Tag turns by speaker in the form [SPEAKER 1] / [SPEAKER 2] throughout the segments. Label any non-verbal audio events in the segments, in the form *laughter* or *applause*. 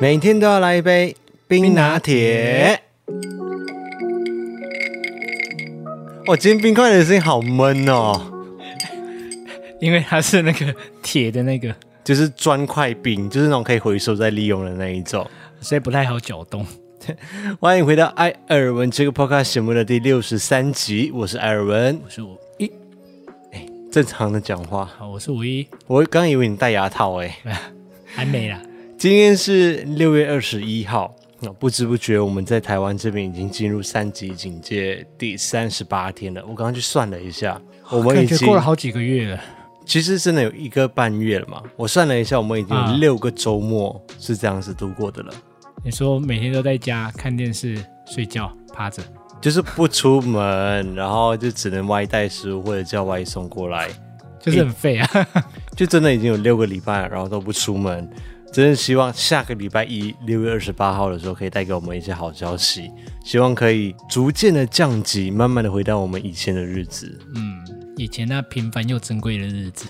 [SPEAKER 1] 每天都要来一杯冰拿铁。我、哦、今天冰块的声音好闷哦，
[SPEAKER 2] 因为它是那个铁的那个，
[SPEAKER 1] 就是砖块冰，就是那种可以回收再利用的那一种。
[SPEAKER 2] *laughs* 所以不太好搅动。
[SPEAKER 1] 欢迎回到艾尔文这个 podcast 节目的第六十三集，我是艾尔文，
[SPEAKER 2] 我是我一，
[SPEAKER 1] 正常的讲话。
[SPEAKER 2] 好，我是五一，
[SPEAKER 1] 我刚以为你戴牙套哎、
[SPEAKER 2] 还没啦。
[SPEAKER 1] 今天是六月二十一号，那不知不觉我们在台湾这边已经进入三级警戒第三十八天了。我刚刚去算了一下，我们已
[SPEAKER 2] 感觉
[SPEAKER 1] 经
[SPEAKER 2] 过了好几个月了，
[SPEAKER 1] 其实真的有一个半月了嘛。我算了一下，我们已经有
[SPEAKER 2] 啊
[SPEAKER 1] 六个周末是这样子度过的了，
[SPEAKER 2] 你说每天都在家看电视、睡觉、趴着，
[SPEAKER 1] 就是不出门，然后就只能外带食物或者叫外送过来。
[SPEAKER 2] 就是很废啊。
[SPEAKER 1] 就真的已经有六个礼拜了，然后都不出门。真的希望下个礼拜一六月二十八号的时候，可以带给我们一些好消息，希望可以逐渐的降级，慢慢的回到我们以前的日子。
[SPEAKER 2] 嗯， *laughs* 以前那平凡又珍贵的日子，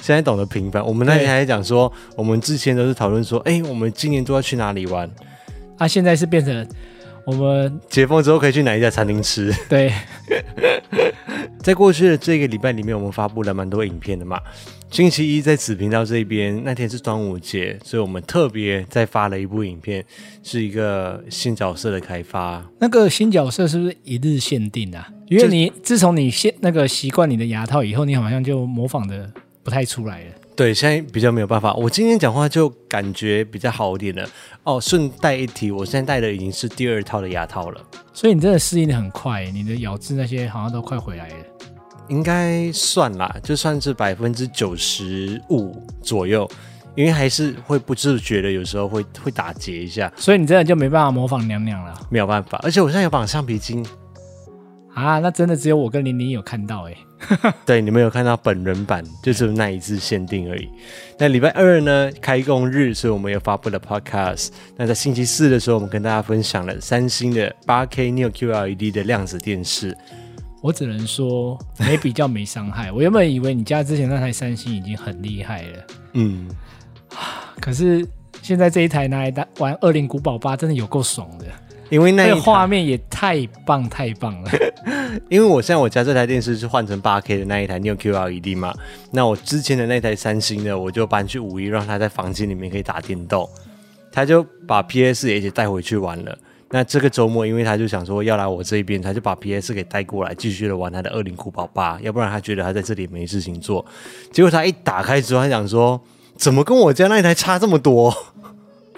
[SPEAKER 1] 现在懂得平凡，我们那天
[SPEAKER 2] 对
[SPEAKER 1] 还讲说，我们之前都是讨论说，哎、我们今年都要去哪里玩，
[SPEAKER 2] 啊，现在是变成我们
[SPEAKER 1] 解封之后可以去哪一家餐厅吃。
[SPEAKER 2] 对
[SPEAKER 1] 在过去的这个礼拜里面，我们发布了蛮多影片的嘛。星期一在子频道这边，那天是端午节，所以我们特别再发了一部影片，是一个新角色的开发。
[SPEAKER 2] *laughs* 那个新角色是不是一日限定啊？因为你自从你现那个习惯你的牙套以后，你好像就模仿的不太出来了。
[SPEAKER 1] 对，现在比较没有办法。我今天讲话就感觉比较好一点了。哦，顺带一提，我现在戴的已经是第二套的牙套了，
[SPEAKER 2] 所以你真的适应的很快，你的咬字那些好像都快回来了。
[SPEAKER 1] 应该算啦，就算是百分之九十五左右，因为还是会不自觉的，有时候会会打结一下，
[SPEAKER 2] 所以你真的就没办法模仿娘娘了
[SPEAKER 1] 没有办法。而且我现在有绑橡皮筋，
[SPEAKER 2] 啊？那真的只有我跟玲玲有看到哎、
[SPEAKER 1] 对，你们有看到本人版，就只有那一次限定而已。那礼拜二呢，开工日，所以我们又发布了 Podcast。那在星期四的时候，我们跟大家分享了三星的 8K Neo QLED E 的量子电视。
[SPEAKER 2] 我只能说没比较没伤害。我 *laughs* 原本以为你家之前那台三星已经很厉害了，
[SPEAKER 1] 嗯，
[SPEAKER 2] 可是现在这一台拿来打玩《恶灵古堡八》真的有够爽的，
[SPEAKER 1] 因为那
[SPEAKER 2] 那
[SPEAKER 1] 一
[SPEAKER 2] 个画
[SPEAKER 1] 台，
[SPEAKER 2] 面也太棒太棒了。 *laughs*
[SPEAKER 1] 因为我现在我家这台电视是换成 8K 的那一台 Neo QLED 嘛，E 那我之前的那台三星的，我就搬去五一，让他在房间里面可以打电动，他就把 PS 也一起带回去玩了。那这个周末，因为他就想说要来我这边，他就把 PS 给带过来，继续的玩他的《恶灵古堡八》，要不然他觉得他在这里没事情做。结果他一打开之后，他想说，怎么跟我家那一台差这么多？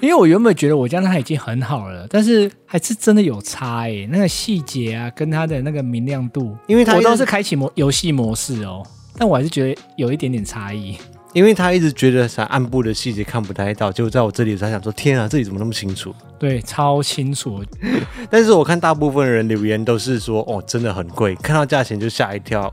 [SPEAKER 2] 因为我原本觉得我家那台已经很好了，但是还是真的有差哎、那个细节啊，跟它的那个明亮度，
[SPEAKER 1] 因为它
[SPEAKER 2] 我
[SPEAKER 1] 一
[SPEAKER 2] 倒
[SPEAKER 1] 直
[SPEAKER 2] 是开启模游戏模式哦，但我还是觉得有一点点差异。
[SPEAKER 1] 因为他一直觉得啥暗部的细节看不太到，结果在我这里的时候，他想说，天啊，这里怎么那么清楚？
[SPEAKER 2] 对，超清楚，
[SPEAKER 1] 但是我看大部分人留言都是说，哦，真的很贵，看到价钱就吓一跳。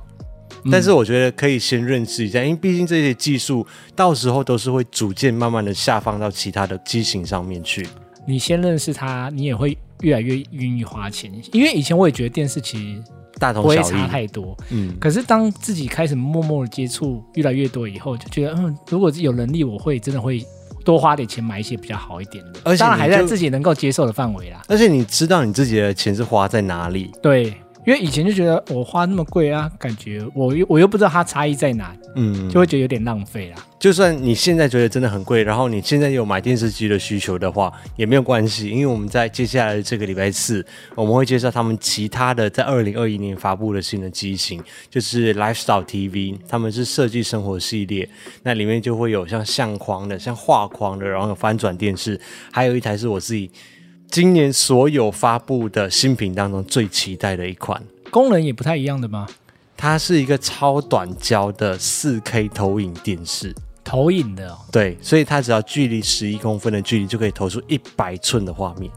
[SPEAKER 2] 嗯
[SPEAKER 1] 但是我觉得可以先认识一下，因为毕竟这些技术到时候都是会逐渐慢慢的下放到其他的机型上面去。
[SPEAKER 2] 你先认识它，你也会越来越愿意花钱。因为以前我也觉得电视其实
[SPEAKER 1] 大
[SPEAKER 2] 不
[SPEAKER 1] 同
[SPEAKER 2] 会
[SPEAKER 1] 小
[SPEAKER 2] 差
[SPEAKER 1] 异，
[SPEAKER 2] 太多，
[SPEAKER 1] 嗯，
[SPEAKER 2] 可是当自己开始默默的接触越来越多以后，就觉得嗯，如果有能力，我会真的会多花点钱买一些比较好一点的，
[SPEAKER 1] 而且
[SPEAKER 2] 当然还
[SPEAKER 1] 你就
[SPEAKER 2] 在自己能够接受的范围啦。
[SPEAKER 1] 而且你知道你自己的钱是花在哪里，
[SPEAKER 2] 对，因为以前就觉得我花那么贵啊，感觉我又我又不知道它差异在哪，
[SPEAKER 1] 嗯，
[SPEAKER 2] 就
[SPEAKER 1] 就
[SPEAKER 2] 会觉得有点浪费啦。
[SPEAKER 1] 就算你现在觉得真的很贵，然后你现在有买电视机的需求的话，也没有关系，因为我们在接下来的这个礼拜四，我们会介绍他们其他的在二零二一年发布的新的机型，就是 Lifestyle TV，他们是设计生活系列，那里面就会有像相框的、像画框的，然后有翻转电视，还有一台是我自己今年所有发布的新品当中最期待的一款。
[SPEAKER 2] 功能也不太一样的吗？
[SPEAKER 1] 它是一个超短焦的四 K 投影电视，
[SPEAKER 2] 投影的、哦，
[SPEAKER 1] 对，所以它只要距离十一公分的距离就可以投出一百寸的画面，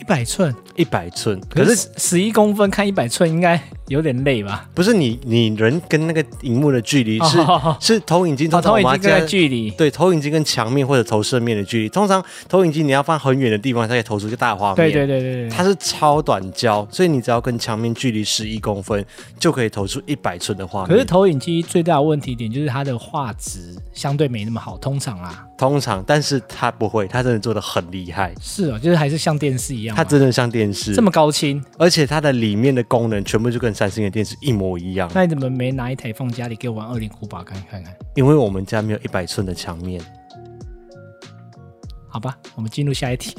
[SPEAKER 2] 一百寸，
[SPEAKER 1] 一百寸。可
[SPEAKER 2] 可
[SPEAKER 1] 是
[SPEAKER 2] 是十一公分看一百寸应该有点累吧？
[SPEAKER 1] 不是你你人跟那个荧幕的距离
[SPEAKER 2] 哦
[SPEAKER 1] 是、
[SPEAKER 2] 好好
[SPEAKER 1] 是投影机，
[SPEAKER 2] 哦，
[SPEAKER 1] 通常
[SPEAKER 2] 投
[SPEAKER 1] 我
[SPEAKER 2] 影
[SPEAKER 1] 们
[SPEAKER 2] 机
[SPEAKER 1] 要
[SPEAKER 2] 跟
[SPEAKER 1] 加
[SPEAKER 2] 的距离，
[SPEAKER 1] 对投影机跟墙面或者投射面的距离，通常投影机你要放很远的地方才可以投出一个大画面。
[SPEAKER 2] 对对对对对，
[SPEAKER 1] 它是超短焦，所以你只要跟墙面距离十一公分，就可以投出一百寸的画面。
[SPEAKER 2] 可是投影机最大的问题点就是它的画质相对没那么好，通常啊，
[SPEAKER 1] 通常，但是它不会，它真的做的很厉害，
[SPEAKER 2] 是哦，就是还是像电视一样嘛，
[SPEAKER 1] 它真的像电视
[SPEAKER 2] 这，么高清，
[SPEAKER 1] 而且它的里面的功能全部就跟三星的电视一模一样。
[SPEAKER 2] 那你怎么没拿一台放家里给我玩二零古堡看看看？
[SPEAKER 1] 因为我们家没有一百寸的墙面，
[SPEAKER 2] 好吧，我们进入下一 *laughs* 题。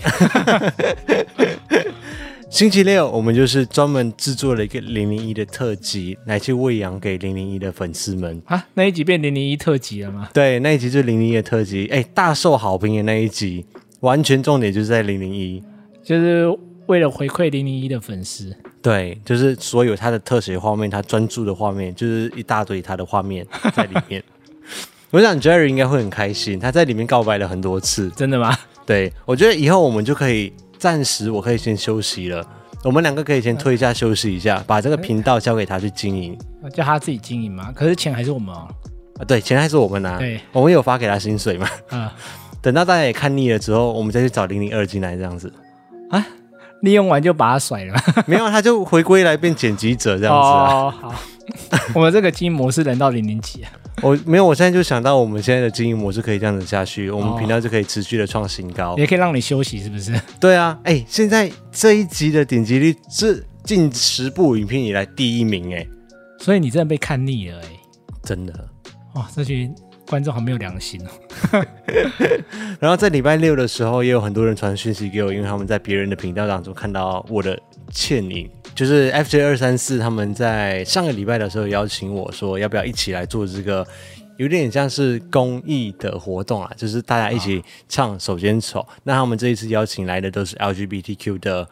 [SPEAKER 1] 星期六我们就是专门制作了一个零零一的特辑，来去喂养给零零一的粉丝们。
[SPEAKER 2] 啊，那一集变零零一特辑了吗？
[SPEAKER 1] 对，那一集就是零零一的特辑，哎，大受好评的那一集，完全重点就是在零零一。
[SPEAKER 2] 就是为了回馈零零一的粉丝，
[SPEAKER 1] 对，就是所有它的特写画面，它专注的画面，就是一大堆它的画面在里面。我想 Jerry 应该会很开心，他在里面告白了很多次。
[SPEAKER 2] 真的吗？
[SPEAKER 1] 对我觉得以后我们就可以暂时，我可以先休息了，我们两个可以先退一下休息一下，把这个频道交给他去经营。
[SPEAKER 2] 叫他自己经营嘛，可是钱还是我们哦。
[SPEAKER 1] 啊，对，钱还是我们拿、
[SPEAKER 2] 对，
[SPEAKER 1] 我们有发给他薪水嘛？
[SPEAKER 2] 啊、
[SPEAKER 1] *laughs* 等到大家也看腻了之后，我们再去找零零二进来这样子。 *laughs*
[SPEAKER 2] 利用完就把他甩了，
[SPEAKER 1] 没有，他就回归来变剪辑者这
[SPEAKER 2] 这
[SPEAKER 1] 样子啊。
[SPEAKER 2] 哦，好， *laughs* 我们这个基因模式人到零零几啊？
[SPEAKER 1] 我没有，我现在就想到我们现在的经营模式可以这样子下去，我们频道就可以持续的创新高。
[SPEAKER 2] 也可以让你休息，是不是？
[SPEAKER 1] 对啊，哎、现在这一集的点击率是近十部影片以来第一名、哎，
[SPEAKER 2] 所以你真的被看腻了哎、
[SPEAKER 1] 真的。
[SPEAKER 2] 哇，这群观众好没有良心哦。
[SPEAKER 1] 然后在礼拜六的时候，也有很多人传讯息给我，因为他们在别人的频道当中看到我的倩影，就是 FJ 二三四他们在上个礼拜的时候邀请我说，要不要一起来做这个。有点像是公益的活动啊，就是大家一起唱手牵手。那他们这一次邀请来的都是 LGBTQ 的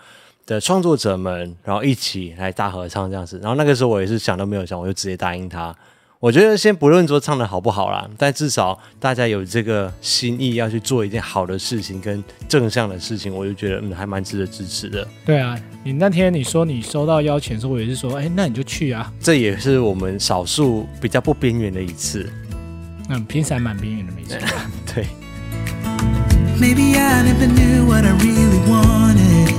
[SPEAKER 1] 的创作者们，然后一起来大合唱这样子。然后那个时候我也是想都没有想，我就直接答应他。我觉得先不论说唱的好不好啦，但至少大家有这个心意要去做一件好的事情跟正向的事情，我就觉得嗯还蛮值得支持的。
[SPEAKER 2] 对啊，你那天你说你收到邀请的时候，我也是说，哎，那你就去啊。
[SPEAKER 1] 这也是我们少数比较不边缘的一次。
[SPEAKER 2] 嗯，平时还蛮边缘的，没错。
[SPEAKER 1] 对，
[SPEAKER 3] Maybe I never knew what I really wanted.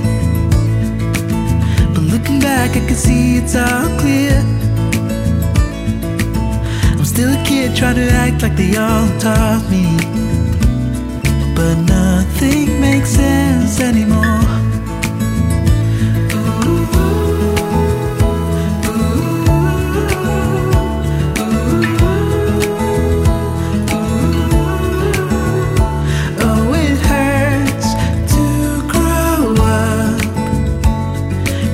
[SPEAKER 3] But looking back, I can see it's all clear. I'm still a kid trying to act like they all taught me. But nothing makes sense anymore. Oh, it hurts to grow up.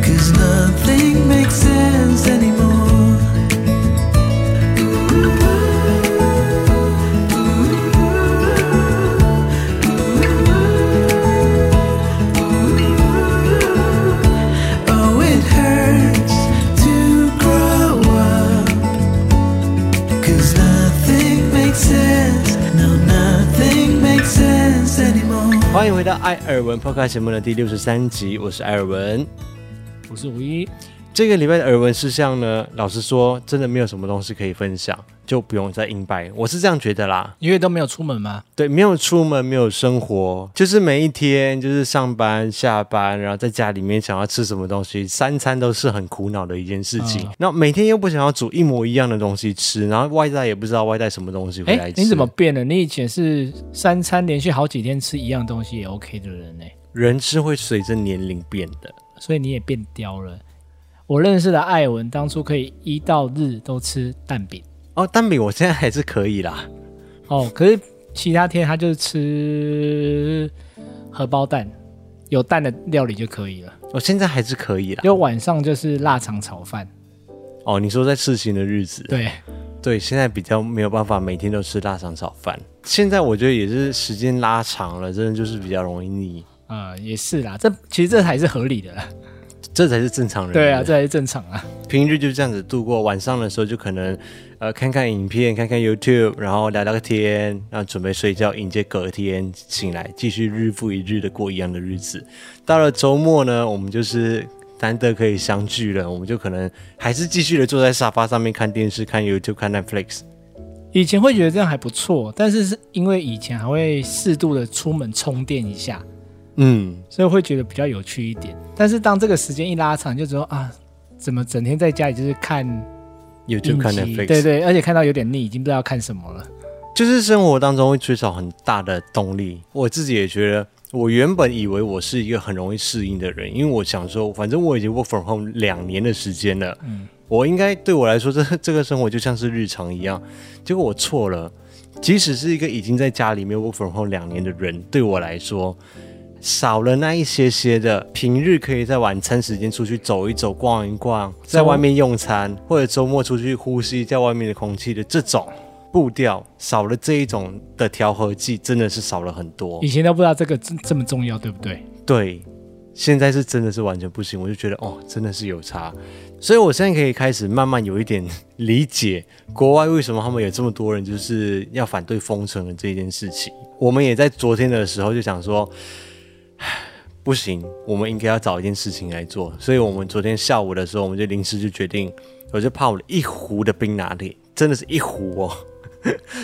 [SPEAKER 3] 'Cause nothing makes sense anymore. Oh, it hurts to grow up. Cause nothing makes sense. No, nothing makes sense anymore.
[SPEAKER 1] 欢迎回到艾尔文 Podcast 节目的第六十三集，我是艾尔文。
[SPEAKER 2] 我是五一，
[SPEAKER 1] 这个礼拜的耳闻事项呢，老实说，真的没有什么东西可以分享，就不用再硬掰。我是这样觉得啦，
[SPEAKER 2] 因为都没有出门嘛，
[SPEAKER 1] 对，没有出门，没有生活，就是每一天就是上班、下班，然后在家里面想要吃什么东西，三餐都是很苦恼的一件事情。
[SPEAKER 2] 嗯
[SPEAKER 1] 那、每天又不想要煮一模一样的东西吃，然后外带也不知道外带什么东西回来
[SPEAKER 2] 哎，
[SPEAKER 1] 吃。
[SPEAKER 2] 你怎么变了？你以前是三餐连续好几天吃一样东西也 OK 的人呢、
[SPEAKER 1] 人是会随着年龄变的？
[SPEAKER 2] 所以你也变刁了。我认识的艾文，当初可以一到日都吃蛋饼
[SPEAKER 1] 哦，蛋饼我现在还是可以啦。
[SPEAKER 2] 哦，可是其他天他就是吃荷包蛋，有蛋的料理就可以了。
[SPEAKER 1] 我哦现在还是可以啦。
[SPEAKER 2] 就晚上就是腊肠炒饭，
[SPEAKER 1] 哦，你说在试行的日子，
[SPEAKER 2] 对，
[SPEAKER 1] 对，现在比较没有办法每天都吃大肠炒饭。现在我觉得也是时间拉长了，真的就是比较容易腻，
[SPEAKER 2] 呃，也是啦，这其实这才是合理的啦。
[SPEAKER 1] 这才是正常人。
[SPEAKER 2] 对啊，这才是正常啊。
[SPEAKER 1] 平日就这样子度过，晚上的时候就可能呃看看影片，看看 YouTube，然后聊聊天，然后准备睡觉，迎接隔天醒来，继续日复一日的过一样的日子。到了周末呢，我们就是难得可以相聚了，我们就可能还是继续的坐在沙发上面看电视、看 YouTube、看 Netflix。
[SPEAKER 2] 以前会觉得这样还不错，但是是因为以前还会适度的出门充电一下，
[SPEAKER 1] 嗯，
[SPEAKER 2] 所以会觉得比较有趣一点。但是当这个时间一拉长，就知道啊，怎么整天在家里就是看
[SPEAKER 1] 有就
[SPEAKER 2] 影
[SPEAKER 1] 看
[SPEAKER 2] 集，
[SPEAKER 1] Netflix，
[SPEAKER 2] 对对，而且看到有点腻，已经不知道看什么了。
[SPEAKER 1] 就是生活当中会缺少很大的动力。我自己也觉得，我原本以为我是一个很容易适应的人，因为我想说，反正我已经 work from home 两年的时间了，我应该对我来说，这这个生活就像是日常一样。结果我错了，即使是一个已经在家里面 work from home 两年的人，对我来说。少了那一些些的，平日可以在晚餐时间出去走一走、逛一逛，在外面用餐，或者周末出去呼吸一下外面的空气的这种，步调少了这一种的调和剂，真的是少了很多
[SPEAKER 2] 以。前都不知道这个这这么重要，对不对？
[SPEAKER 1] 对，现在是真的是完全不行，我就觉得哦，真的是有差。所以我现在可以开始慢慢有一点理解国外为什么他们有这么多人就是要反对封城的这件事情。我们也在昨天的时候就想说。唉不行，我们应该要找一件事情来做，所以我们昨天下午的时候，我们就临时就决定，我就泡了一壶的冰拿铁，真的是一壶哦，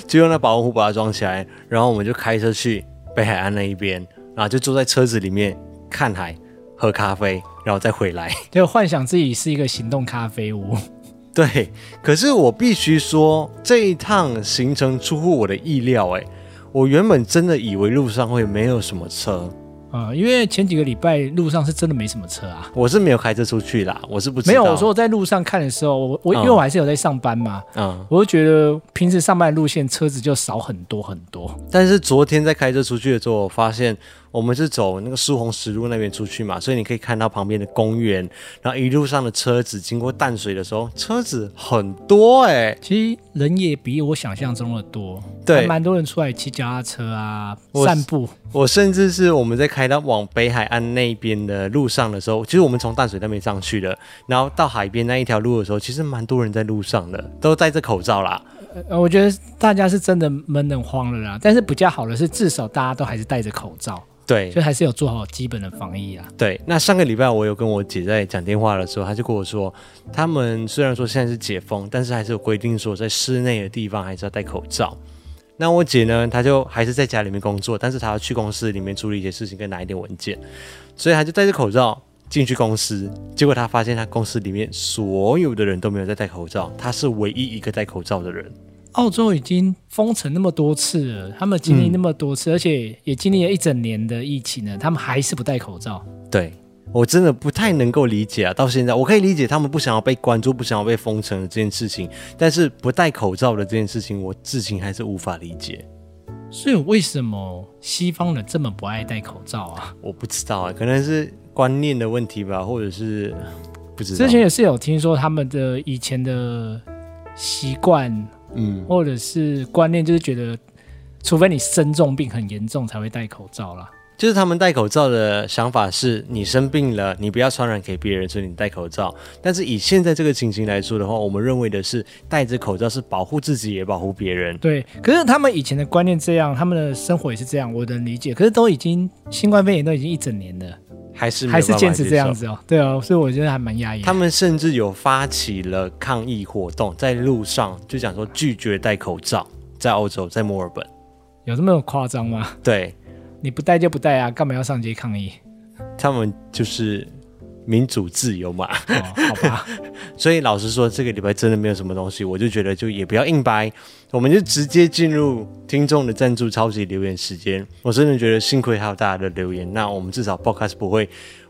[SPEAKER 1] 就用那保温壶把它装起来，然后我们就开车去北海岸那一边，然后就坐在车子里面看海、喝咖啡，然后再回来。 *laughs*
[SPEAKER 2] 就幻想自己是一个行动咖啡屋，
[SPEAKER 1] 对，可是我必须说，这一趟行程出乎我的意料，诶，我原本真的以为路上会没有什么车，
[SPEAKER 2] 呃，因为前几个礼拜路上是真的没什么车啊。
[SPEAKER 1] 我是没有开车出去啦，我是不知道。
[SPEAKER 2] 没有，我说我在路上看的时候，我我因为
[SPEAKER 1] 嗯
[SPEAKER 2] 我还是有在上班嘛，
[SPEAKER 1] 嗯，
[SPEAKER 2] 我就觉得平时上班的路线车子就少很多很多。
[SPEAKER 1] 但是昨天在开车出去的时候，我发现我们是走那个苏红石路那边出去嘛，所以你可以看到旁边的公园，然后一路上的车子经过淡水的时候，车子很多哎、
[SPEAKER 2] 其实人也比我想象中的多，
[SPEAKER 1] 对
[SPEAKER 2] 还蛮多人出来骑脚踏车啊、
[SPEAKER 1] 我
[SPEAKER 2] 散步。
[SPEAKER 1] 我甚至是我们在开到往北海岸那边的路上的时候，其实我们从淡水那边上去的，然后到海边那一条路的时候，其实蛮多人在路上的，都戴着口罩啦。
[SPEAKER 2] 呃，我觉得大家是真的闷得慌了啦，但是比较好的是，至少大家都还是戴着口罩，
[SPEAKER 1] 对
[SPEAKER 2] 就还是有做好基本的防疫啊。
[SPEAKER 1] 对，那上个礼拜我有跟我姐在讲电话的时候，她就跟我说，他们虽然说现在是解封，但是还是有规定说在室内的地方还是要戴口罩。那我姐呢，她就还是在家里面工作，但是她要去公司里面处理一些事情跟拿一点文件，所以她就戴着口罩进去公司。结果她发现她公司里面所有的人都没有在戴口罩，她是唯一一个戴口罩的人。
[SPEAKER 2] 澳洲已经封城那么多次了，他们
[SPEAKER 1] 嗯
[SPEAKER 2] 经历那么多次，而且也经历了一整年的疫情了，他们还是不戴口罩。
[SPEAKER 1] 对我真的不太能够理解啊！到现在，我可以理解他们不想要被关注、不想要被封城的这件事情，但是不戴口罩的这件事情，我至今还是无法理解。
[SPEAKER 2] 所以为什么西方人这么不爱戴口罩啊？
[SPEAKER 1] 我不知道啊，可能是观念的问题吧，或者是啊不知道。
[SPEAKER 2] 之前也是有听说他们的以前的习惯
[SPEAKER 1] 嗯，
[SPEAKER 2] 或者是观念，就是觉得，除非你生重病很严重才会戴口罩啦。
[SPEAKER 1] 就是他们戴口罩的想法是，你生病了，你不要传染给别人，所以你戴口罩。但是以现在这个情形来说的话，我们认为的是戴着口罩是保护自己也保护别人。
[SPEAKER 2] 对，可是他们以前的观念这样，他们的生活也是这样，我能理解。可是都已经新冠肺炎都已经一整年了，
[SPEAKER 1] 还是没有
[SPEAKER 2] 还是
[SPEAKER 1] 办法
[SPEAKER 2] 坚持
[SPEAKER 1] 接
[SPEAKER 2] 这样
[SPEAKER 1] 受
[SPEAKER 2] 子哦。对哦，所以我觉得还蛮压抑的。
[SPEAKER 1] 他们甚至有发起了抗议活动，在路上就讲说拒绝戴口罩，在欧洲，在墨尔本。
[SPEAKER 2] 有这么夸张吗？
[SPEAKER 1] 对
[SPEAKER 2] 你不戴就不戴啊，干嘛要上街抗议？
[SPEAKER 1] 他们就是民主自由嘛，
[SPEAKER 2] 哦，好吧，
[SPEAKER 1] *laughs* 所以老实说，这个礼拜真的没有什么东西，我就觉得就也不要硬掰，我们就直接进入听众的赞助超级留言时间。我真的觉得幸亏还有大家的留言，那我们至少 podcast 不会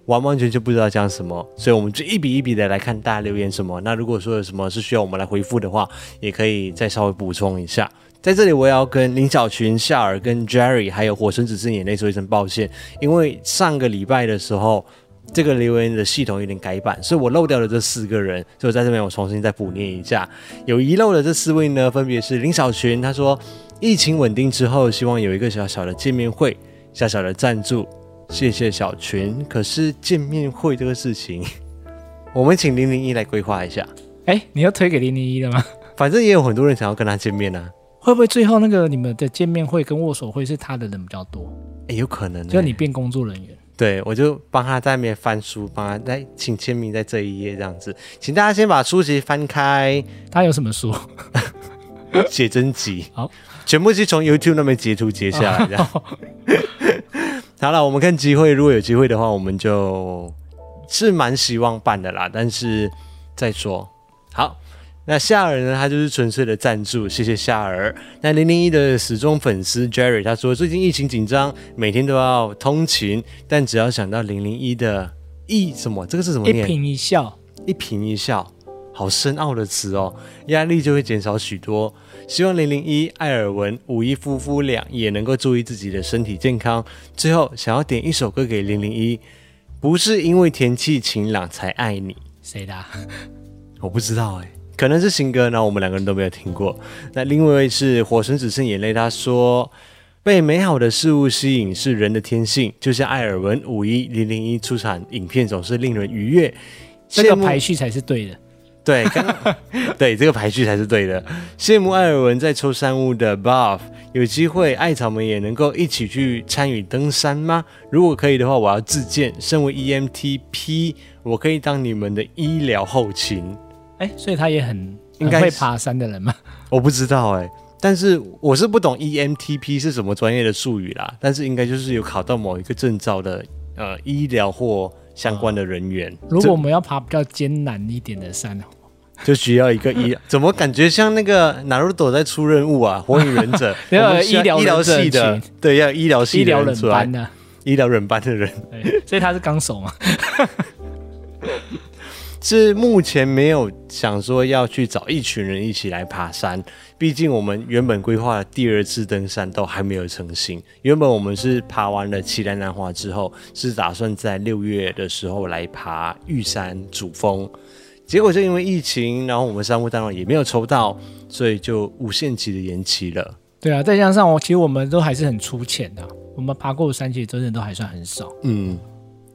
[SPEAKER 1] 完完全全不知道讲什么，所以我们就一笔一笔的来看大家留言什么。那如果说有什么是需要我们来回复的话，也可以再稍微补充一下。在这里，我也要跟林小群、夏尔、跟 Jerry 还有火神只是眼泪说一声抱歉，因为上个礼拜的时候，这个留言的系统有点改版，所以我漏掉了这四个人，所以我在这边我重新再补念一下。有遗漏的这四位呢，分别是林小群，他说疫情稳定之后，希望有一个小小的见面会，小小的赞助，谢谢小群。可是见面会这个事情， *laughs* 我们请零零一来规划一下，
[SPEAKER 2] 哎，你要推给零零一了吗？
[SPEAKER 1] 反正也有很多人想要跟他见面啊，
[SPEAKER 2] 会不会最后那个你们的见面会跟握手会是他的人比较多，
[SPEAKER 1] 诶有可能、欸，
[SPEAKER 2] 就你变工作人员？
[SPEAKER 1] 对，我就帮他在那边翻书，帮他在请签名在这一页这样子，请大家先把书籍翻开，
[SPEAKER 2] 他有什么书？
[SPEAKER 1] 写真集，
[SPEAKER 2] 好，
[SPEAKER 1] 全部是从 YouTube 那边截图截下来的。好了，我们看机会，如果有机会的话，我们就是蛮希望办的啦，但是再说。好，那夏尔呢？他就是纯粹的赞助，谢谢夏尔。那零零一的始终粉丝 Jerry 他说，最近疫情紧张，每天都要通勤，但只要想到零零一的一什么，这个是怎么
[SPEAKER 2] 一
[SPEAKER 1] 念？
[SPEAKER 2] 颦一笑，
[SPEAKER 1] 一颦一笑，好深奥的词哦，压力就会减少许多。希望零零一、艾尔文、五一夫妇俩也能够注意自己的身体健康。最后，想要点一首歌给零零一，不是因为天气晴朗才爱你，
[SPEAKER 2] 谁的啊、
[SPEAKER 1] 我不知道哎、可能是新歌，然后我们两个人都没有听过。那另外一位是火神只剩眼泪，他说。被美好的事物吸引是人的天性，就像艾尔文五一零零一出产影片总是令人愉悦。
[SPEAKER 2] 这个
[SPEAKER 1] 羡慕
[SPEAKER 2] 排序才是对的。
[SPEAKER 1] 对，刚
[SPEAKER 2] *laughs*
[SPEAKER 1] 刚对这个排序才是对的。羡慕艾尔文在抽山屋的 buff，有机会艾草们也能够一起去参与登山吗？如果可以的话，我要自荐。身为 E EMTP，我可以当你们的医疗后勤。
[SPEAKER 2] 哎，所以他也很
[SPEAKER 1] 应
[SPEAKER 2] 很
[SPEAKER 1] 该
[SPEAKER 2] 会
[SPEAKER 1] 是
[SPEAKER 2] 爬山的人嘛。
[SPEAKER 1] 我不知道哎、但是我是不懂 E EMTP 是什么专业的术语啦，但是应该就是有考到某一个证照的呃医疗或相关的人员。
[SPEAKER 2] 哦如果我们要爬比较艰难一点的山，，
[SPEAKER 1] 就需要一个医，怎么感觉像那个哪路朵在出任务啊？火影忍者
[SPEAKER 2] *laughs* 要有
[SPEAKER 1] 我们需要
[SPEAKER 2] 医疗
[SPEAKER 1] 医疗系的
[SPEAKER 2] 人，
[SPEAKER 1] 对，要有医疗系
[SPEAKER 2] 医
[SPEAKER 1] 的
[SPEAKER 2] 疗
[SPEAKER 1] 人
[SPEAKER 2] 冷
[SPEAKER 1] 出来
[SPEAKER 2] 班，呢、
[SPEAKER 1] 医疗忍班的人
[SPEAKER 2] 对，所以他是纲手嘛。 *laughs*
[SPEAKER 1] 是目前没有想说要去找一群人一起来爬山，毕竟我们原本规划的第二次登山都还没有成型。原本我们是爬完了奇兰兰花之后，是打算在六月的时候来爬玉山主峰，结果就因为疫情，然后我们山木当然也没有抽到，所以就无限期的延期了。
[SPEAKER 2] 对啊，再加上我，其实我们都还是很粗浅的啊、我们爬过的山其实真的都还算很少，
[SPEAKER 1] 嗯，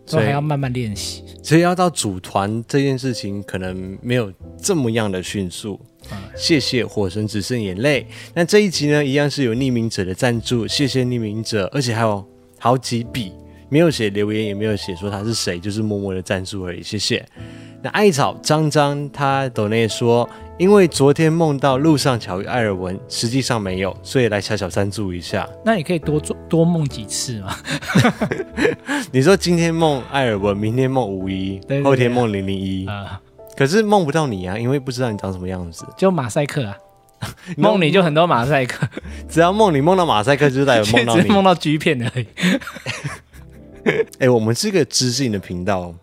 [SPEAKER 2] 都
[SPEAKER 1] 所以
[SPEAKER 2] 还要慢慢练习。
[SPEAKER 1] 所以要到组团这件事情，可能没有这么样的迅速。谢谢火神只剩眼泪。那这一集呢，一样是有匿名者的赞助，谢谢匿名者，而且还有好几笔，没有写留言，也没有写说他是谁，就是默默的赞助而已，谢谢。那艾草张张他抖内说，因为昨天梦到路上巧遇艾尔文，实际上没有，所以来小小赞助一下。
[SPEAKER 2] 那你可以多做多梦几次嘛。
[SPEAKER 1] 你说今天梦艾尔文，明天梦五一
[SPEAKER 2] 对对，
[SPEAKER 1] 后天梦零零一，
[SPEAKER 2] 呃，
[SPEAKER 1] 可是梦不到你啊，因为不知道你长什么样子。
[SPEAKER 2] 就马赛
[SPEAKER 1] *laughs*
[SPEAKER 2] 克啊，梦里就很多马赛克，
[SPEAKER 1] 只要梦里梦到马赛克，就代
[SPEAKER 2] *laughs*
[SPEAKER 1] 表梦
[SPEAKER 2] 现
[SPEAKER 1] 到
[SPEAKER 2] 实
[SPEAKER 1] 你。
[SPEAKER 2] 梦到 G 片而已。
[SPEAKER 1] 哎、我们是一个知性的频道。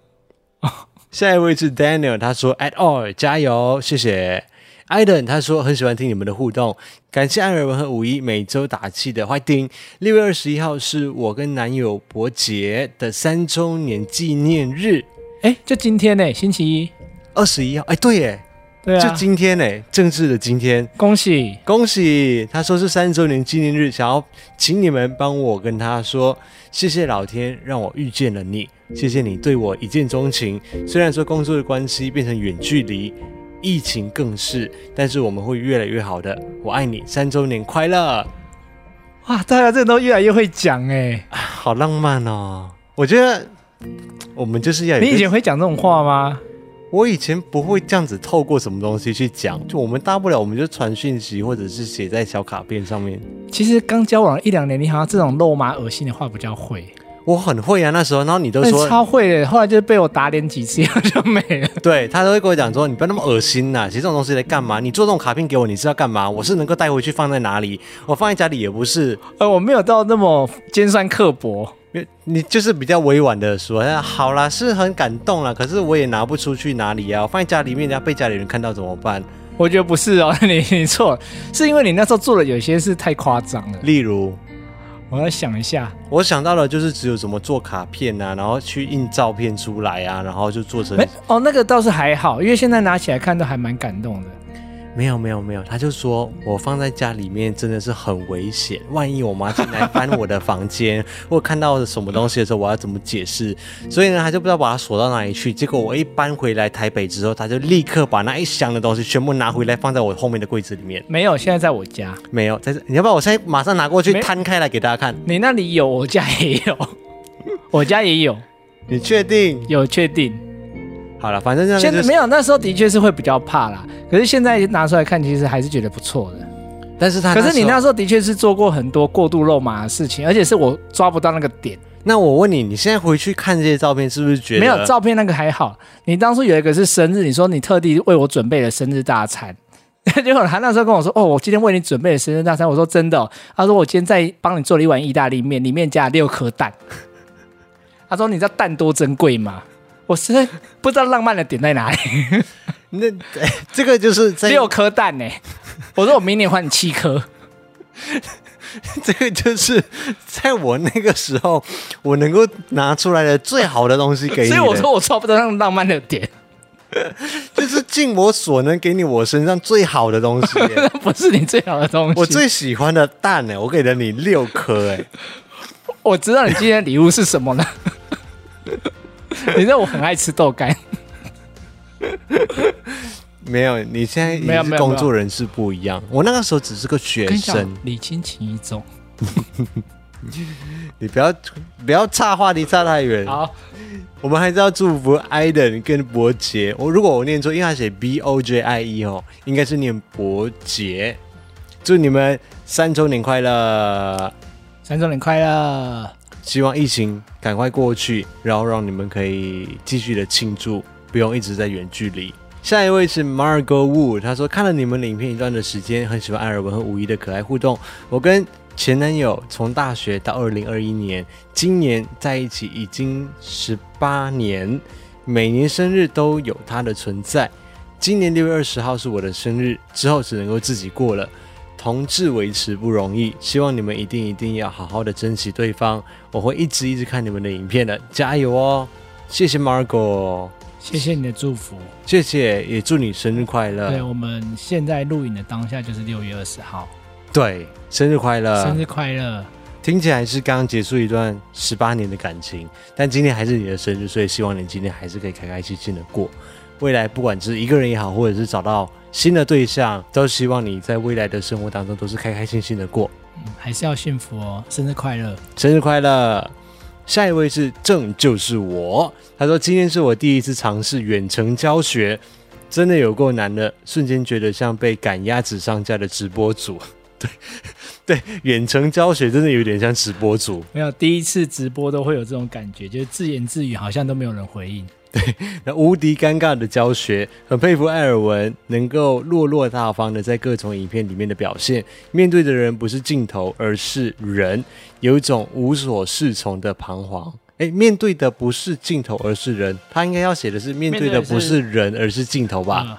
[SPEAKER 2] 哦
[SPEAKER 1] 下一位是 Daniel，他说 At all，加油，谢谢。Iden 他说很喜欢听你们的互动，感谢艾尔文和五一每周打气的坏丁。六月二十一号是我跟男友伯杰的三周年纪念日，
[SPEAKER 2] 哎，就今天呢、星期一。
[SPEAKER 1] 二十一号，哎、对耶，
[SPEAKER 2] 对啊，
[SPEAKER 1] 就今天哎，正式的今天。
[SPEAKER 2] 恭喜
[SPEAKER 1] 恭喜！他说是三周年纪念日，想要请你们帮我跟他说，谢谢老天让我遇见了你，谢谢你对我一见钟情。虽然说工作的关系变成远距离，疫情更是，但是我们会越来越好的。我爱你，三周年快乐！
[SPEAKER 2] 哇！大家真的都越来越会讲哎、
[SPEAKER 1] 好浪漫哦，我觉得我们就是要有一
[SPEAKER 2] 你
[SPEAKER 1] 个
[SPEAKER 2] 以前会讲这种话吗？
[SPEAKER 1] 我以前不会这样子透过什么东西去讲，就我们大不了我们就传讯息或者是写在小卡片上面。
[SPEAKER 2] 其实刚交往一两年，你好像这种肉麻恶心的话比较会，
[SPEAKER 1] 我很会啊，那时候，然后你都
[SPEAKER 2] 但
[SPEAKER 1] 说
[SPEAKER 2] 超会的。后来就被我打脸几次，就没了。 *laughs* 对
[SPEAKER 1] 对他都会跟我讲说，你不要那么恶心呐、其实这种东西来干嘛？你做这种卡片给我，你是要干嘛？我是能够带回去放在哪里？我放在家里也不是，
[SPEAKER 2] 呃，我没有到那么尖酸刻薄，
[SPEAKER 1] 因为你就是比较委婉的说，哎好啦，是很感动啦，可是我也拿不出去哪里啊，我放在家里面，人家被家里人看到怎么办？
[SPEAKER 2] 我觉得不是哦， *laughs* 你你错了，是因为你那时候做的有些事太夸张了。
[SPEAKER 1] 例如，
[SPEAKER 2] 我要想一下，
[SPEAKER 1] 我想到的就是只有怎么做卡片啊，然后去印照片出来啊，然后就做成
[SPEAKER 2] 没哦，那个倒是还好，因为现在拿起来看都还蛮感动的。
[SPEAKER 1] 没有没有没有，他就说我放在家里面真的是很危险，万一我妈进来翻我的房间， *laughs* 或看到什么东西的时候，我要怎么解释？所以呢，他就不知道把它锁到哪里去。结果我一搬回来台北之后，他就立刻把那一箱的东西全部拿回来，放在我后面的柜子里面。
[SPEAKER 2] 没有，现在在我家，
[SPEAKER 1] 没有，在这，你要不要我现在马上拿过去
[SPEAKER 2] 没
[SPEAKER 1] 摊开来给大家看？
[SPEAKER 2] 你那里有，我家也有。 *laughs* 我家也有，
[SPEAKER 1] 你确定？
[SPEAKER 2] 有确定。
[SPEAKER 1] 好了，反正那
[SPEAKER 2] 现
[SPEAKER 1] 个
[SPEAKER 2] 在
[SPEAKER 1] 就是
[SPEAKER 2] 没，有，那时候的确是会比较怕啦。可是现在拿出来看，其实还是觉得不错的。
[SPEAKER 1] 但是他
[SPEAKER 2] 可是你
[SPEAKER 1] 时候
[SPEAKER 2] 那时候的确是做过很多过度肉麻的事情，而且是我抓不到那个点。
[SPEAKER 1] 那我问你，你现在回去看这些照片，是不是觉得
[SPEAKER 2] 没有照片那个还好，你当初有一个是生日，你说你特地为我准备了生日大餐， *laughs* 结果他那时候跟我说：“哦，我今天为你准备了生日大餐。”我说：“真的、哦。”他说：“我今天在帮你做了一碗意大利面，里面加了六颗蛋。” *laughs* 他说：“你知道蛋多珍贵吗？”我实在不知道浪漫的点在哪里，
[SPEAKER 1] 那、 *laughs* 哎这个就是在
[SPEAKER 2] 六颗蛋呢、我说我明年还你七颗，
[SPEAKER 1] *laughs* 这个就是在我那个时候，我能够拿出来的最好的东西给你的，
[SPEAKER 2] 所以我说我抓不到那种浪漫的点， *laughs*
[SPEAKER 1] 就是尽我所能给你我身上最好的东西耶、
[SPEAKER 2] 那不 *laughs* 是你最好的东西。
[SPEAKER 1] 我最喜欢的蛋呢、我给了你六颗哎、
[SPEAKER 2] 我知道你今天的礼物是什么了。 *laughs* 你知道我很爱吃豆干，
[SPEAKER 1] 没有，你现在已
[SPEAKER 2] 没有
[SPEAKER 1] 经
[SPEAKER 2] 没
[SPEAKER 1] 是
[SPEAKER 2] 有
[SPEAKER 1] 工作人是不一样，我那个时候只是个学
[SPEAKER 2] 跟你
[SPEAKER 1] 生
[SPEAKER 2] 讲，，礼轻情意重。
[SPEAKER 1] 你不要不要岔话题岔太远，
[SPEAKER 2] 好，
[SPEAKER 1] 我们还是要祝福 Iden 跟伯杰。我如果我念错，因为他写 B O J I E 哦，应该是念伯杰。祝你们三周年快乐！
[SPEAKER 2] 三周年快乐！
[SPEAKER 1] 希望疫情赶快过去，然后让你们可以继续的庆祝，不用一直在远距离。下一位是 Margot Wu，她说看了你们的影片一段的时间，很喜欢艾尔文和五一的可爱互动。我跟前男友从大学到二零二一年，今年在一起已经十八年，每年生日都有他的存在。今年六月二十号是我的生日，之后只能够自己过了。同志维持不容易，希望你们一定一定要好好的珍惜对方。我会一直一直看你们的影片的，加油哦！谢谢 Margot，
[SPEAKER 2] 谢谢你的祝福。
[SPEAKER 1] 谢谢，也祝你生日快
[SPEAKER 2] 对
[SPEAKER 1] 乐。
[SPEAKER 2] 我们现在录影的当下就是六月二十号，
[SPEAKER 1] 对，生日快乐！
[SPEAKER 2] 生日快乐！
[SPEAKER 1] 听起来是刚刚结束一段十八年的感情，但今天还是你的生日，所以希望你今天还是可以开开心心的过。未来不管是一个人也好，或者是找到新的对象，都希望你在未来的生活当中都是开开心心的过。
[SPEAKER 2] 嗯还是要幸福哦，生日快乐！
[SPEAKER 1] 生日快乐！下一位是正就是我，他说今天是我第一次尝试远程教学，真的有够难的，瞬间觉得像被赶鸭子上架的直播主。对对，远程教学真的有点像直播主。
[SPEAKER 2] 没有第一次直播都会有这种感觉，就是自言自语，好像都没有人回应。
[SPEAKER 1] 那无敌尴尬的教学，很佩服艾尔文能够落落大方的在各种影片里面的表现。面对的人不是镜头，而是人，有一种无所适从的彷徨。诶，面对的不是镜头，而是人。他应该要写的是面对的不是人，而是镜头吧？
[SPEAKER 2] 嗯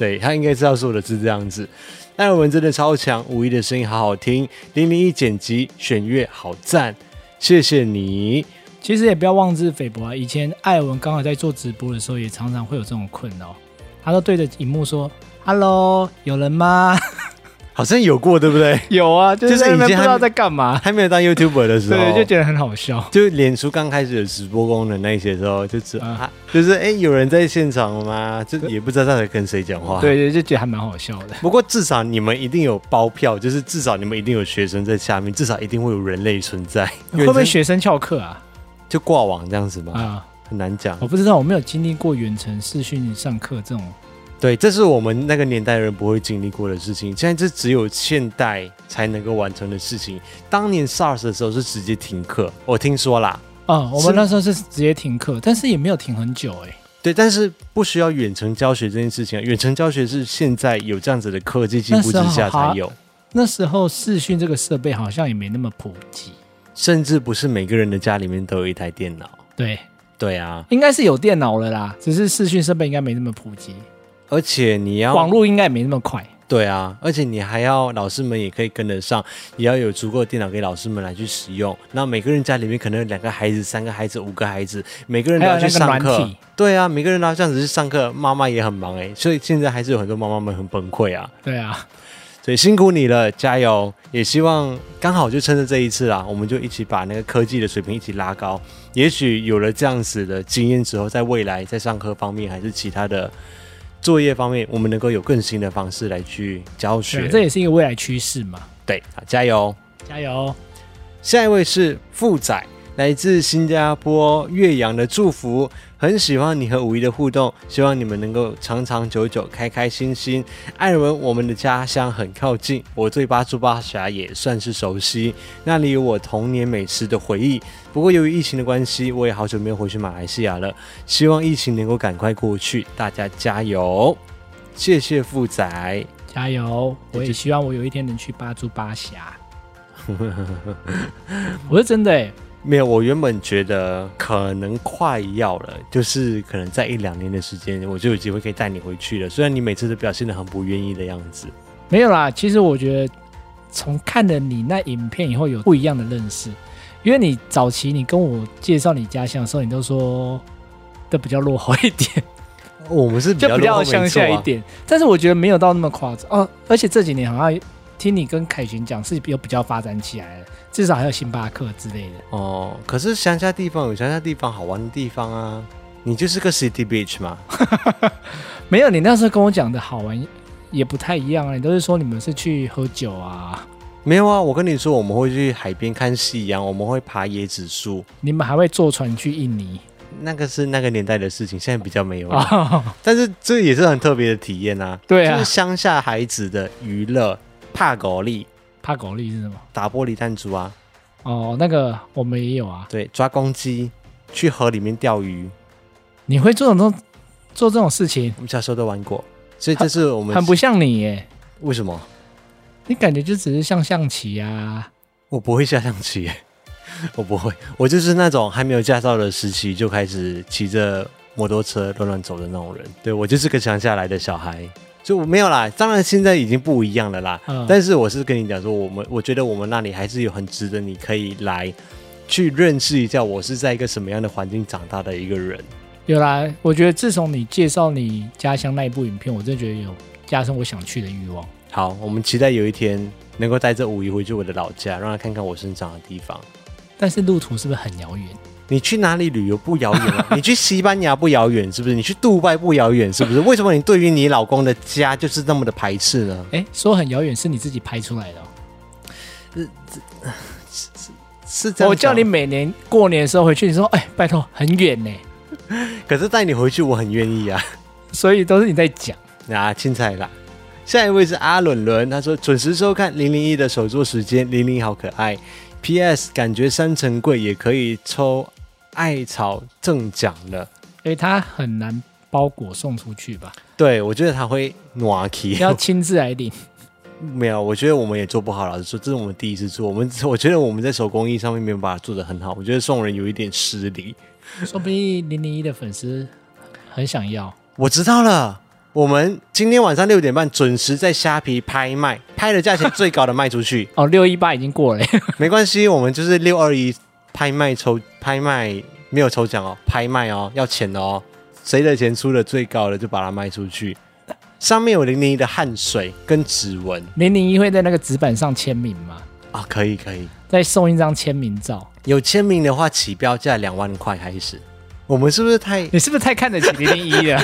[SPEAKER 1] 对他应该知道说的是这样子。艾尔文真的超强，五一的声音好好听，零零一剪辑选乐好赞，谢谢你。
[SPEAKER 2] 其实也不要妄自菲薄啊。以前艾文刚好在做直播的时候，也常常会有这种困扰，他都对着荧幕说：“Hello，有人吗 *laughs*
[SPEAKER 1] 好像有过，对不对？？”
[SPEAKER 2] 有啊，就是在那
[SPEAKER 1] 以
[SPEAKER 2] 边
[SPEAKER 1] 前还
[SPEAKER 2] 不知道在干嘛，
[SPEAKER 1] 还没有当 YouTuber 的时候，
[SPEAKER 2] 对，就觉得很好笑。
[SPEAKER 1] 就脸书刚开始有直播功能那一些时候，就只、
[SPEAKER 2] 啊
[SPEAKER 1] 啊、就是哎、诶有人在现场了吗？就也不知道他在跟谁讲话。，
[SPEAKER 2] 对对，就觉得还蛮好笑的。
[SPEAKER 1] 不过至少你们一定有包票，就是至少你们一定有学生在下面，至少一定会有人类存在。
[SPEAKER 2] 会不会
[SPEAKER 1] 远程
[SPEAKER 2] 学生翘课啊？
[SPEAKER 1] 就挂网这样子吗？
[SPEAKER 2] 啊，
[SPEAKER 1] 很难讲
[SPEAKER 2] 我。不知道，我没有经历过远程视讯上课这种。
[SPEAKER 1] 对，这是我们那个年代人不会经历过的事情。现在这只有现代才能够完成的事情。当年 SARS 的时候是直接停课，我听说啦。
[SPEAKER 2] 啊，我
[SPEAKER 1] 是
[SPEAKER 2] 们那时候是直接停课，但是也没有停很久哎、
[SPEAKER 1] 对，但是不需要远程教学这件事情啊，远程教学是现在有这样子的科技进步之下才
[SPEAKER 2] 啊
[SPEAKER 1] 有，
[SPEAKER 2] 那时候视讯这个设备好像也没那么普及，
[SPEAKER 1] 甚至不是每个人的家里面都有一台电脑。
[SPEAKER 2] 对，
[SPEAKER 1] 对啊，
[SPEAKER 2] 应该是有电脑了啦，只是视讯设备应该没那么普及，
[SPEAKER 1] 而且你要
[SPEAKER 2] 网络应该也没那么快。
[SPEAKER 1] 对啊，而且你还要老师们也可以跟得上，也要有足够的电脑给老师们来去使用。那每个人家里面可能有两个孩子、三个孩子、五个孩子，每个人都要去上
[SPEAKER 2] 还有那个软
[SPEAKER 1] 课
[SPEAKER 2] 体。
[SPEAKER 1] 对啊，每个人都要这样子去上课，妈妈也很忙哎、所以现在还是有很多妈妈们很崩溃啊。
[SPEAKER 2] 对啊，
[SPEAKER 1] 所以辛苦你了，加油！也希望刚好就趁着这一次啦，我们就一起把那个科技的水平一起拉高。也许有了这样子的经验之后，在未来在上课方面还是其他的作业方面，我们能够有更新的方式来去教
[SPEAKER 2] 对
[SPEAKER 1] 学啊
[SPEAKER 2] 啊，。这也是一个未来趋势嘛，
[SPEAKER 1] 对，好，加油！
[SPEAKER 2] 加油！
[SPEAKER 1] 下一位是富仔，来自新加坡岳阳的祝福，很喜欢你和五一的互动，希望你们能够长长久久，开开心心。艾伦，我们的家乡很靠近，我对八珠八峡也算是熟悉，那里有我童年美食的回忆。不过由于疫情的关系，我也好久没有回去马来西亚了，希望疫情能够赶快过去，大家加油！谢谢富仔，
[SPEAKER 2] 加油！我也希望我有一天能去八珠八峡。 *laughs* 我是真的、欸，
[SPEAKER 1] 没有，我原本觉得可能快要了，就是可能在一两年的时间，我就有机会可以带你回去了。虽然你每次都表现得很不愿意的样子，
[SPEAKER 2] 没有啦。其实我觉得，从看了你那影片以后，有不一样的认识。因为你早期你跟我介绍你家乡的时候，你都说的比较落后一
[SPEAKER 1] *laughs*
[SPEAKER 2] 点，
[SPEAKER 1] 我们是比
[SPEAKER 2] 就
[SPEAKER 1] 较
[SPEAKER 2] 比
[SPEAKER 1] 落后
[SPEAKER 2] 较
[SPEAKER 1] 没错啊
[SPEAKER 2] 乡下一。点。但是我觉得没有到那么夸张哦。而且这几年好像听你跟凯旋讲，是有比较发展起来了，至少还有星巴克之类的。
[SPEAKER 1] 哦，可是乡下地方有乡下地方好玩的地方啊，你就是个 city beach 嘛。
[SPEAKER 2] 没有，你那时候跟我讲的好玩也不太一样啊。你都是说你们是去喝酒啊，
[SPEAKER 1] 没有啊，我跟你说，我们会去海边看夕阳，我们会爬椰子树，
[SPEAKER 2] 你们还会坐船去印尼
[SPEAKER 1] 那个是那个年代的事情，现在比较没有了。
[SPEAKER 2] 啊？
[SPEAKER 1] 但是这也是很特别的体验啊，
[SPEAKER 2] 对啊 *laughs*
[SPEAKER 1] 就是乡下孩子的娱乐，怕狗力，
[SPEAKER 2] 帕狗力是什么？
[SPEAKER 1] 打玻璃弹珠啊，
[SPEAKER 2] 哦，那个我们也有啊。
[SPEAKER 1] 对，抓公鸡，去河里面钓鱼，
[SPEAKER 2] 你会做这种东做这种事情，
[SPEAKER 1] 我们小时候都玩过，所以这是我们
[SPEAKER 2] 很不像你耶。
[SPEAKER 1] 为什么
[SPEAKER 2] 你感觉就只是像象棋啊，
[SPEAKER 1] 我不会下象棋 *laughs* 耶，我不会，我就是那种还没有驾照的时期就开始骑着摩托车乱乱走的那种人，对我就是个乡下来的小孩。就我没有啦，当然现在已经不一样了啦。
[SPEAKER 2] 嗯
[SPEAKER 1] 但是我是跟你讲说，我们我觉得我们那里还是有很值得你可以来去认识一下，我是在一个什么样的环境长大的一个人。
[SPEAKER 2] 有啦。我觉得自从你介绍你家乡那一部影片，我真的觉得有加深我想去的欲望。
[SPEAKER 1] 好，我们期待有一天能够带着五一回去我的老家，让他看看我生长的地方。
[SPEAKER 2] 但是路途是不是很遥远？
[SPEAKER 1] 你去哪里旅游不遥远 *laughs* 啊？你去西班牙不遥远，是不是？你去杜拜不遥远，是不是？为什么你对于你老公的家就是那么的排斥呢？
[SPEAKER 2] 哎，说很遥远是你自己拍出来的哦、
[SPEAKER 1] 是这样，啊
[SPEAKER 2] 我叫你，每年过年的时候回去，你说哎，拜托很远呢，
[SPEAKER 1] 可是带你回去我很愿意啊。
[SPEAKER 2] 所以都是你在讲。
[SPEAKER 1] 啊，青菜啦。下一位是阿伦伦，他说准时收看零零一的手作时间，零零好可爱。P.S. 感觉三成贵也可以抽艾草中奖了。
[SPEAKER 2] 因为它很难包裹送出去吧，
[SPEAKER 1] 对，我觉得他会暖气。
[SPEAKER 2] 要亲自来领。
[SPEAKER 1] 没有，我觉得我们也做不好。老实说，这是我们第一次做，我们我觉得我们在手工艺上面没有把它做得很好。我觉得送人有一点失礼。
[SPEAKER 2] 说不定零零一的粉丝很想要，，
[SPEAKER 1] 我知道了，我们今天晚上六点半准时在虾皮拍卖，拍的价钱最高的卖出去
[SPEAKER 2] 哦，六一八已经过了，
[SPEAKER 1] 没关系，我们就是六二一拍卖抽拍卖没有抽奖哦，拍卖哦要钱的哦，谁的钱出的最高的就把它卖出去。上面有零零一的汗水跟指纹
[SPEAKER 2] *laughs* 零零一会在那个纸板上签名吗？
[SPEAKER 1] 啊，可以可以。
[SPEAKER 2] 再送一张签名照，
[SPEAKER 1] 有签名的话，起标价两万块开始。我们是不是太
[SPEAKER 2] 你是不是太看得 *laughs* 起零零一了？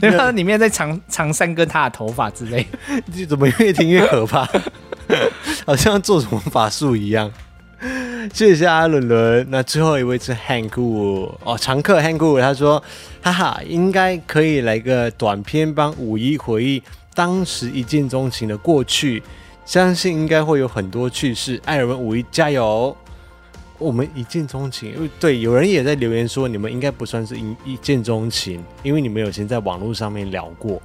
[SPEAKER 2] 你看里面在藏藏三哥他的头发之类，
[SPEAKER 1] 就怎么越听越可怕， *laughs* 好像做什么法术一样。谢谢阿伦伦。那最后一位是 Hank Wu 哦，常客 Hank Wu，他说：“哈哈，应该可以来个短片帮五一回忆当时一见钟情的过去，相信应该会有很多趣事。”艾尔文五一加油！我们一见钟情，呃对，有人也在留言说你们应该不算是一一见钟情，因为你们有先在网络上面聊过。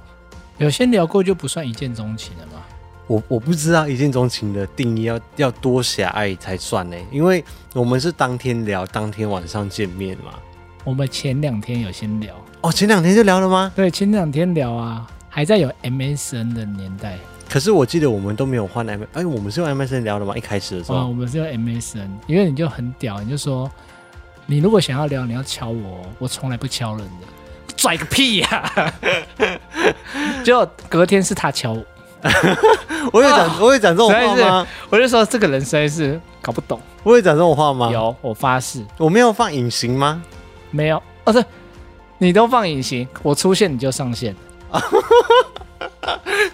[SPEAKER 2] 有些聊过就不算一见钟情了吗？
[SPEAKER 1] 我我不知道一见钟情的定义要要多狭隘才算呢，因为我们是当天聊，当天晚上见面嘛。
[SPEAKER 2] 我们前两天有先聊，
[SPEAKER 1] 哦，前两天就聊了吗？
[SPEAKER 2] 对，前两天聊啊，还在有 MSN 的年代，
[SPEAKER 1] 可是我记得我们都没有换 M，哎，我们是用 MSN 聊的吗？一开始的时
[SPEAKER 2] 啊、
[SPEAKER 1] 候，
[SPEAKER 2] 我们是用 MSN，因为你就很屌，你就说你如果想要聊，你要敲我哦，我从来不敲人的，拽个屁呀、
[SPEAKER 1] *laughs*
[SPEAKER 2] 结果隔天是他敲我，
[SPEAKER 1] 我有讲，我有讲这种
[SPEAKER 2] 实在
[SPEAKER 1] 话
[SPEAKER 2] 是
[SPEAKER 1] 吗？
[SPEAKER 2] 我就说这个人实在是搞不懂。
[SPEAKER 1] 我有讲这种话吗？，
[SPEAKER 2] 有，我发誓
[SPEAKER 1] 我没有放隐形吗？
[SPEAKER 2] 没有，哦对，你都放隐形，我出现你就上线，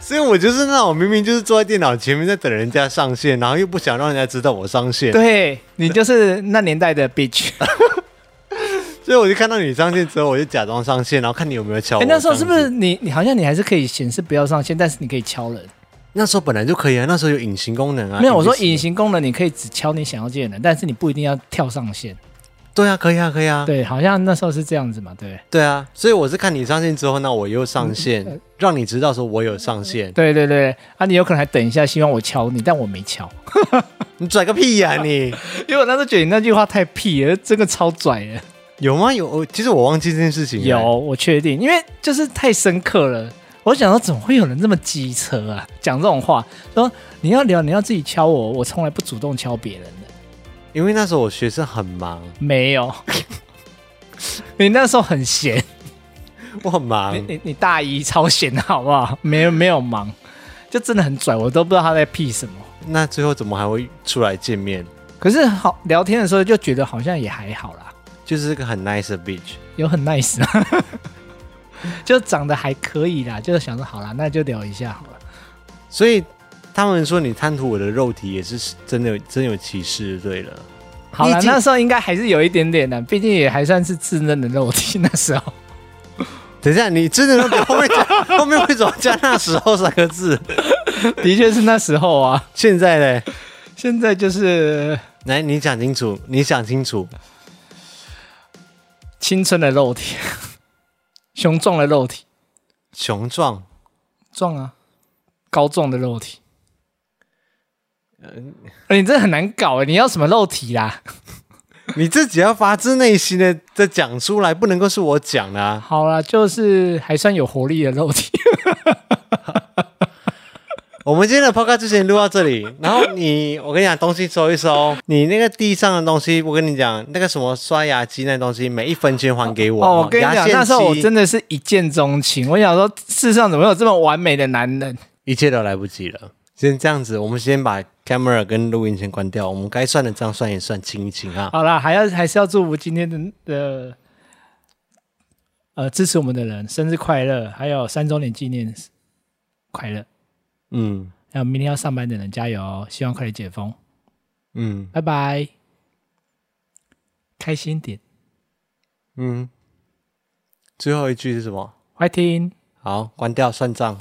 [SPEAKER 1] 所以我就是那种明明就是坐在电脑前面在等人家上线，然后又不想让人家知道我上线，
[SPEAKER 2] 对你就是那年代的 bitch。
[SPEAKER 1] 哦所以我就看到你上线之后，我就假装上线，然后看你有没有敲我、
[SPEAKER 2] 哎，那时候是不
[SPEAKER 1] 这
[SPEAKER 2] 是
[SPEAKER 1] 样子？
[SPEAKER 2] 你你好像你还是可以显示不要上线，但是你可以敲人。
[SPEAKER 1] 那时候本来就可以啊，那时候有隐形功能啊。
[SPEAKER 2] 没有，我说
[SPEAKER 1] NPC
[SPEAKER 2] 隐。形功能你可以只敲你想要见的人，但是你不一定要跳上线。
[SPEAKER 1] 对啊，可以啊，可以啊。
[SPEAKER 2] 对，好像那时候是这样子嘛，对。
[SPEAKER 1] 对啊，所以我是看你上线之后，那我又上线，
[SPEAKER 2] 嗯
[SPEAKER 1] 让你知道说我有上线。
[SPEAKER 2] 对对对，啊，你有可能还等一下，希望我敲你，但我没敲，
[SPEAKER 1] 你拽个屁呀、
[SPEAKER 2] *laughs*
[SPEAKER 1] 你！
[SPEAKER 2] 因为我那时候觉得你那句话太屁了，真的超拽的。
[SPEAKER 1] 有吗？有，我其实我忘记这件事情了。
[SPEAKER 2] 有，我确定，因为就是太深刻了。我想到怎么会有人这么机车啊，讲这种话，说你要聊你要自己敲我，我从来不主动敲别人的，
[SPEAKER 1] 因为那时候我学生很忙，
[SPEAKER 2] 没有。 *laughs* 你那时候很闲，
[SPEAKER 1] 我很忙
[SPEAKER 2] 你，你你大一超闲的好不好？没有没有忙，就真的很拽，我都不知道他在屁什么。
[SPEAKER 1] 那最后怎么还会出来见面？
[SPEAKER 2] 可是好聊天的时候就觉得好像也还好啦，
[SPEAKER 1] 就是个很 nice 的 bitch。
[SPEAKER 2] 有很 nice，啊 *laughs* 就长得还可以啦，就是想说好啦，那就聊一下好了。
[SPEAKER 1] 所以他们说你贪图我的肉体，也是真的有真有其事，对了。
[SPEAKER 2] 好了
[SPEAKER 1] 毕，竟
[SPEAKER 2] 那时候应该还是有一点点的，毕竟也还算是稚嫩的肉体。 *laughs* 那时候
[SPEAKER 1] 等一下，你真的要后面
[SPEAKER 2] *laughs*
[SPEAKER 1] 加后面为什么加那时候三个字？
[SPEAKER 2] 的确是那时候啊，
[SPEAKER 1] 现在嘞，
[SPEAKER 2] 现在就是
[SPEAKER 1] 来你讲清楚，你讲清楚。
[SPEAKER 2] 青春的肉体， *laughs* 雄壮的肉体，
[SPEAKER 1] 雄壮，
[SPEAKER 2] 壮啊，高壮的肉体。
[SPEAKER 1] 嗯
[SPEAKER 2] 呃，你这很难搞哎！你要什么肉体啦？
[SPEAKER 1] *laughs* 你自己要发自内心的的讲出来，不能够是我讲的啊。
[SPEAKER 2] 好啦，就是还算有活力的肉体。
[SPEAKER 1] 我们今天的 podcast 之前录到这里，然后你，我跟你讲，东西收一收，你那个地上的东西，我跟你讲，那个什么刷牙机那东西，每一分钱还给我。
[SPEAKER 2] 哦，我跟你
[SPEAKER 1] 牙
[SPEAKER 2] 讲，
[SPEAKER 1] 线
[SPEAKER 2] 那时候我
[SPEAKER 1] 机
[SPEAKER 2] 真的是一见钟情。我想说，世上怎么有这么完美的男人？
[SPEAKER 1] 一切都来不及了。先这样子，我们先把 camera 跟录音先关掉，我们该算的账算一算，清一清啊。
[SPEAKER 2] 好啦，还要还是要祝福今天的的呃支持我们的人生日快乐，还有三周年纪念快乐。
[SPEAKER 1] 嗯
[SPEAKER 2] 还有明天要上班的人加油哦，希望快点解封，
[SPEAKER 1] 嗯
[SPEAKER 2] 拜拜，开心点，
[SPEAKER 1] 嗯。最后一句是什么？
[SPEAKER 2] 快听。
[SPEAKER 1] 好，关掉算账。